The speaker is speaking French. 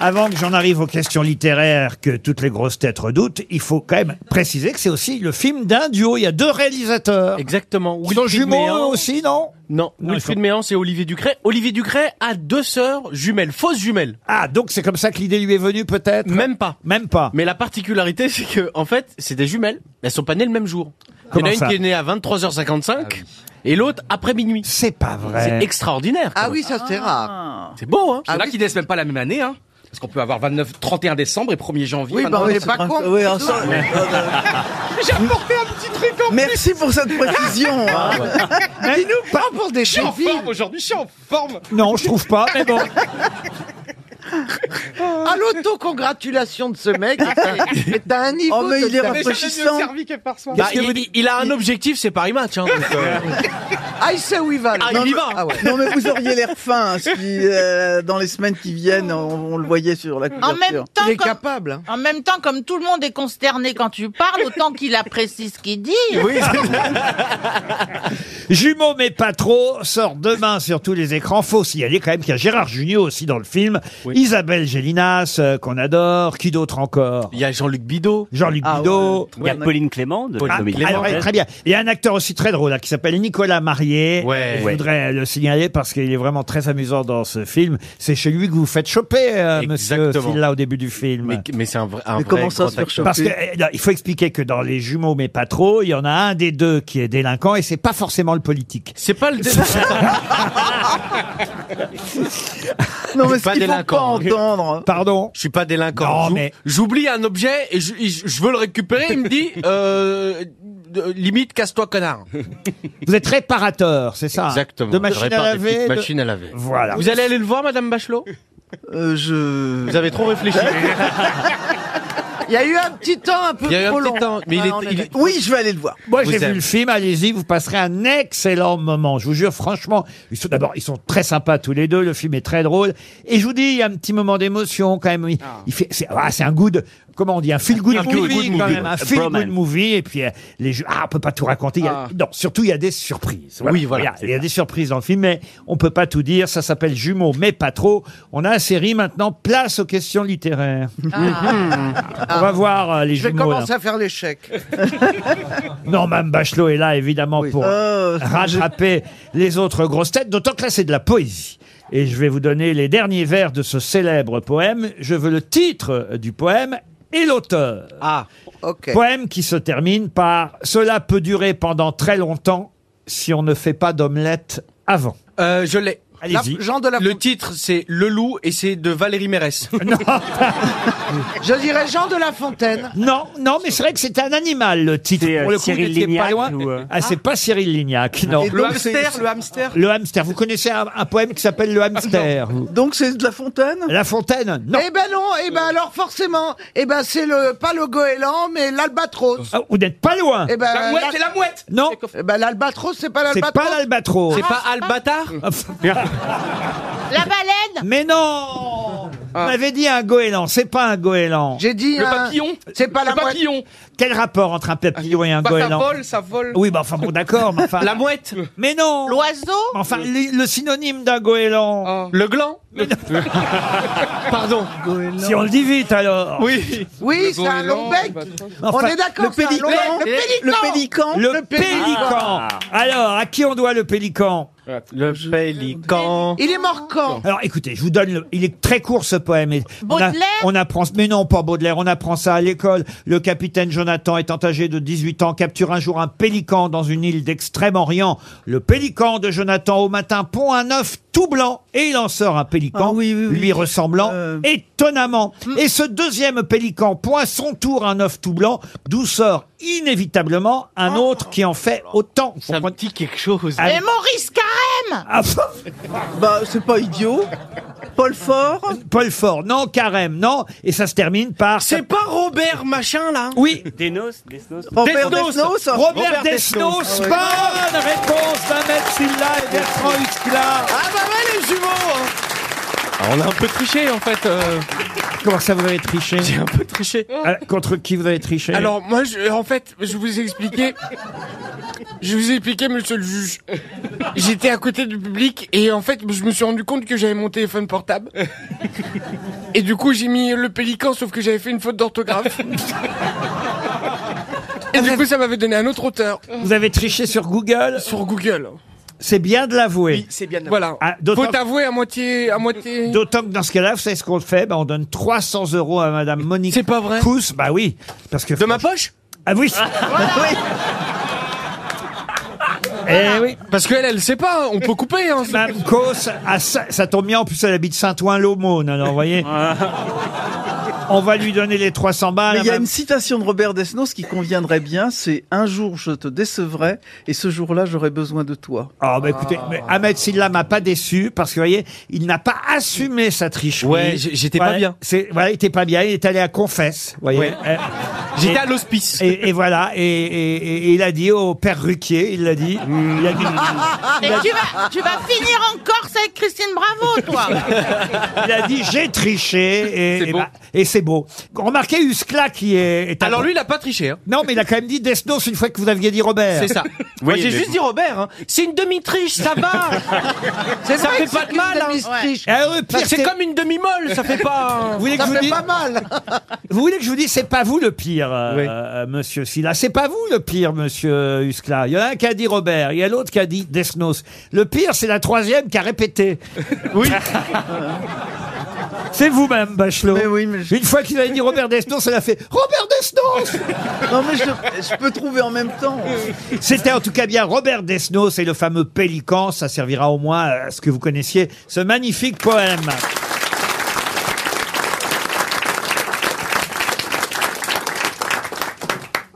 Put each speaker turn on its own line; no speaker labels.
Avant que j'en arrive aux questions littéraires que toutes les grosses têtes redoutent, il faut quand même préciser que c'est aussi le film d'un duo. Il y a deux réalisateurs.
Exactement.
Ils sont jumeaux eux aussi, non
Non,
Non,
Wilfried
ils sont-
Méhan, c'est Olivier Ducret. Olivier Ducret a deux sœurs jumelles, fausses jumelles.
Ah, donc c'est comme ça que l'idée lui est venue peut-être
Même pas.
Même pas.
Mais la particularité, c'est que, en fait, c'est des jumelles. mais Elles sont pas nées le même jour.
Comment
Il y en a
ça
une qui est née à 23h55
Ah
et l'autre après minuit.
C'est pas
C'est
vrai.
extraordinaire.
Ah
quand
oui, Ah ça c'est rare.
même. C'est beau, hein.
Il y en a qui naissent même pas la même année, hein. Parce qu'on peut avoir 29, 31 décembre et 1er janvier.
Oui, bah
29.
on n'est pas con.
Oui, ensemble. Merci pour cette précision.
Ah,
Qui nous parle pour des
Je suis en forme aujourd'hui, je suis en forme.
Non, je trouve pas, mais bon.
Ah,
À l'autocongratulation de ce mec, et t'as- et t'as un niveau.
Oh, mais
de-
il est
t'as-
Mais je suis
rafraîchissant.
servi quelque part soir.
Bah, il, il a un objectif, c'est Paris Match. Hein, donc, euh,
Ah, il sait où il va. le
Ah,
mec.
il y va.
Ah ouais.
Non, mais vous auriez l'air fin. hein, ce qui, euh, dans les semaines qui viennent, on, on le voyait sur la couverture.
En même, temps,
Il est
comme,
capable. hein.
en même temps, comme tout le monde est consterné quand tu parles, autant qu'il apprécie ce qu'il dit.
Jumeaux mais pas trop sort demain sur tous les écrans. Faut signaler quand même qu'il y a Gérard Junior aussi dans le film. Isabelle Gélinas, euh, qu'on adore. Qui d'autre encore
il y a Jean-Luc Bidot.
Jean-Luc Bidot.
Il y a Pauline Clément de
Ah,
Dominique
alors,
Clément.
très bien. Il y a un acteur aussi très drôle là, qui s'appelle Nicolas Marié.
Ouais.
Je voudrais le signaler parce qu'il est vraiment très amusant dans ce film. C'est chez lui que vous vous faites choper, euh, monsieur
Exactement.
Filla, au début du film.
Mais, mais c'est un vrai. Un
Mais
vrai
comment ça
grand
se faire
acteur.
Parce que euh, non, il faut expliquer que dans les jumeaux, mais pas trop, il y en a un des deux qui est délinquant et c'est pas forcément le politique.
C'est pas le dé-
Non,
Pas
mais ce qu'il faut pas
délinquant. hein.
entendre.
Pardon.
Je suis pas délinquant.
Non,
J'ou-
mais-
J'oublie un objet et je, et je- je veux le récupérer. Il me dit, euh, de- limite, casse-toi, connard.
Vous êtes réparateur, c'est ça
Exactement.
De
Je
machine à
répare des petites
laver. de-
machines à laver.
Voilà.
Vous allez aller le voir, Madame Bachelot
Euh, je...
Vous avez trop réfléchi.
Il y a eu un petit temps un peu
Il y a eu
trop
un
long.
petit temps, mais il
Ouais,
est-
on
il est-
d'accord.
Oui, je vais aller le voir.
Moi,
Vous
j'ai vu
aimez.
le film, allez-y, vous passerez un excellent moment. Je vous jure, franchement, ils sont d'abord, ils sont très sympas tous les deux, le film est très drôle. Et je vous dis, il y a un petit moment d'émotion quand même. Il, il fait, c'est, ah, c'est un good, comment on dit, un feel good,
Un feel
movie,
good
quand
movie.
même, un
A
feel good
bromance.
movie. Et puis, euh, les jeux, ah, on peut pas tout raconter. il y a- non, surtout, il y a des surprises.
Oui, voilà,
Il y a- Il y, a des surprises dans le film, mais on peut pas tout dire. Ça s'appelle Jumeaux, mais pas trop. On a la série maintenant, place aux questions littéraires. on va voir euh, les
Je vais
jumeaux. là.
commencer à faire l'échec.
Non, Mme Bachelot est là, évidemment, pour
Euh,
rattraper les autres grosses têtes, d'autant que là, c'est de la poésie. Et je vais vous donner les derniers vers de ce célèbre poème. Je veux le titre du poème et l'auteur.
Ah,
Ok.
Poème qui se termine par Cela peut durer pendant très longtemps si on ne fait pas d'omelette avant.
euh, je l'ai.
La-
Allez-y.
Jean de la
Le titre, c'est Le Loup et c'est de Valérie Mérès.
Je dirais Jean de la Fontaine.
Non, non, mais c'est vrai que c'est un animal, le titre.
C'est, euh,
Pour le coup,
Cyril
vous n'étiez pas
Lignac
loin.
ou, euh,
Ah, c'est pas Cyril Lignac, non.
Et
Le
Ah.
donc, c'est-
hamster, le hamster.
Le hamster. Vous connaissez un, un poème qui s'appelle Le hamster vous
Donc c'est de la fontaine
La Fontaine Non.
Eh ben non, eh ben alors forcément, eh ben c'est le pas le goéland mais l'albatros.
Ah, vous n'êtes pas loin.
Eh ben
La mouette,
l'al-
c'est la mouette.
Non,
eh ben, l'albatros c'est pas
c'est pas l'albatros.
l'albatros.
C'est pas Albatar
La baleine
Mais non On avait dit un goéland, c'est pas un goéland.
J'ai dit
Le
un-
papillon.
Ah. C'est pas la
Le
mouette.
papillon.
Quel rapport entre un papillon et un
Bah, ça
goéland
vole, ça vole.
Oui, bah enfin bon, d'accord, mais enfin...
La mouette
Mais non
L'oiseau
Enfin, le, le synonyme d'un goéland.
Oh.
Le gland Pardon.
Si on le dit vite, alors.
Oui.
Oui, c'est un
goéland,
long bec. On
Enfin,
est d'accord,
Le
c'est un
pélican
long bec.
Le pélican
Le, pélican. Alors, à qui on doit le pélican
Le pélican.
Il est mort quand
Alors, écoutez, je vous donne. le- Il est très court ce poème. Et on a-
Baudelaire
on, apprend. Mais non, pas Baudelaire. On apprend ça à l'école. Le capitaine Jonathan, étant âgé de 18 ans, capture un jour un pélican dans une île d'Extrême-Orient. Le pélican de Jonathan au matin pond un œuf tout blanc et il en sort un pélican
Ah oui, oui, oui.
lui ressemblant
Euh.
étonnamment. Et ce deuxième pélican pond à son tour un œuf tout blanc d'où sort inévitablement un autre qui en fait autant.
Ça me dit quelque chose.
Ah,
Et Maurice Carême
Ah,
Bah, c'est pas idiot. Paul Fort
Paul Fort, non, Carême, non. Et ça se termine par...
C'est pas Robert machin là
Oui,
Desnos, Desnos.
Robert
Desnos.
Desnos
Robert
Robert
Desnos, Ah
Desnos.
bonne réponse d'Ahmed Silla et Bertrand Huskla.
Ah bah ouais les jumeaux hein. Ah, On a un peu triché en fait. euh.
Comment ça vous avez triché
J'ai un peu triché.
Ah, Contre qui vous avez triché
Alors moi, je, en fait, je vous ai expliqué. Je vous ai expliqué, monsieur le juge. J'étais à côté du public et en fait, je me suis rendu compte que j'avais mon téléphone portable. Et du coup, j'ai mis le pélican, sauf que j'avais fait une faute d'orthographe. Et du coup, ça m'avait donné un autre auteur
Vous avez triché sur Google
sur Google.
C'est bien de l'avouer.
C'est bien.
Voilà.
Ah, d'autant-
Faut avouer à moitié, à moitié.
D'autant que dans ce cas-là, vous savez ce qu'on fait Ben, On donne 300 euros à Madame Monique
C'est pas vrai
Cousse. Bah oui. Parce que
De ma poche
Ah oui Eh oui
Parce qu'elle, elle sait pas, on peut couper. Hein.
Bah,
Madame Causse, à Sa- ça tombe bien, en plus elle habite Saint-Ouen-l'Aumône, alors vous voyez. On va lui donner les 300 balles.
Mais Ah, il y
à
a une
Madame-
citation de Robert Desnos qui conviendrait bien, c'est « Un jour je te décevrai et ce jour-là j'aurai besoin de toi
Ah, bah écoutez, mais Ahmed Silla m'a pas déçu parce que vous voyez, il n'a pas assumé sa tricherie.
Ouais, j'ai- j'étais pas
Voilà,
bien.
C'est, voilà, il était pas bien, il est allé à confesse, vous voyez.
Ouais.
Euh,
J'étais à l'hospice.
Et, et voilà, et, et- et- et il a dit au père Ruquier, il l'a dit. Il a dit,
Ah,
Et
ben-
tu vas, tu vas finir en Corse avec Christine Bravo, toi.
il a dit, j'ai triché, et
C'est
et
beau.
bah, et c'est beau. Remarquez Huskla qui est. est un-
Alors lui, il a pas triché. Hein.
Non, mais il a quand même dit Desnos une fois que vous aviez dit Robert.
C'est ça. Moi, j'ai juste dit Robert. hein. C'est une demi-triche, ça va. ça fait pas de mal. hein.
Et alors, le Ah pire,
Bah,
C'est
c'est-
comme une demi-molle, ça fait pas.
Vous voulez,
Ça
que je vous
fait
dise,
pas mal.
vous voulez que je vous dise, c'est pas vous le pire, euh,
Oui.
euh, monsieur Silla. C'est pas vous le pire, monsieur Huskla. Il y en a un qui a dit Robert, il y a l'autre qui a dit Desnos. Le pire, c'est la troisième qui a répété. Oui. c'est vous, madame Bachelot.
Mais oui, mais je-
Une fois qu'il a dit Robert Desnos, elle a fait Robert Desnos
Non mais je, je peux trouver en même temps.
C'était en tout cas bien Robert Desnos et le fameux Pélican. Ça servira au moins à ce que vous connaissiez ce magnifique poème.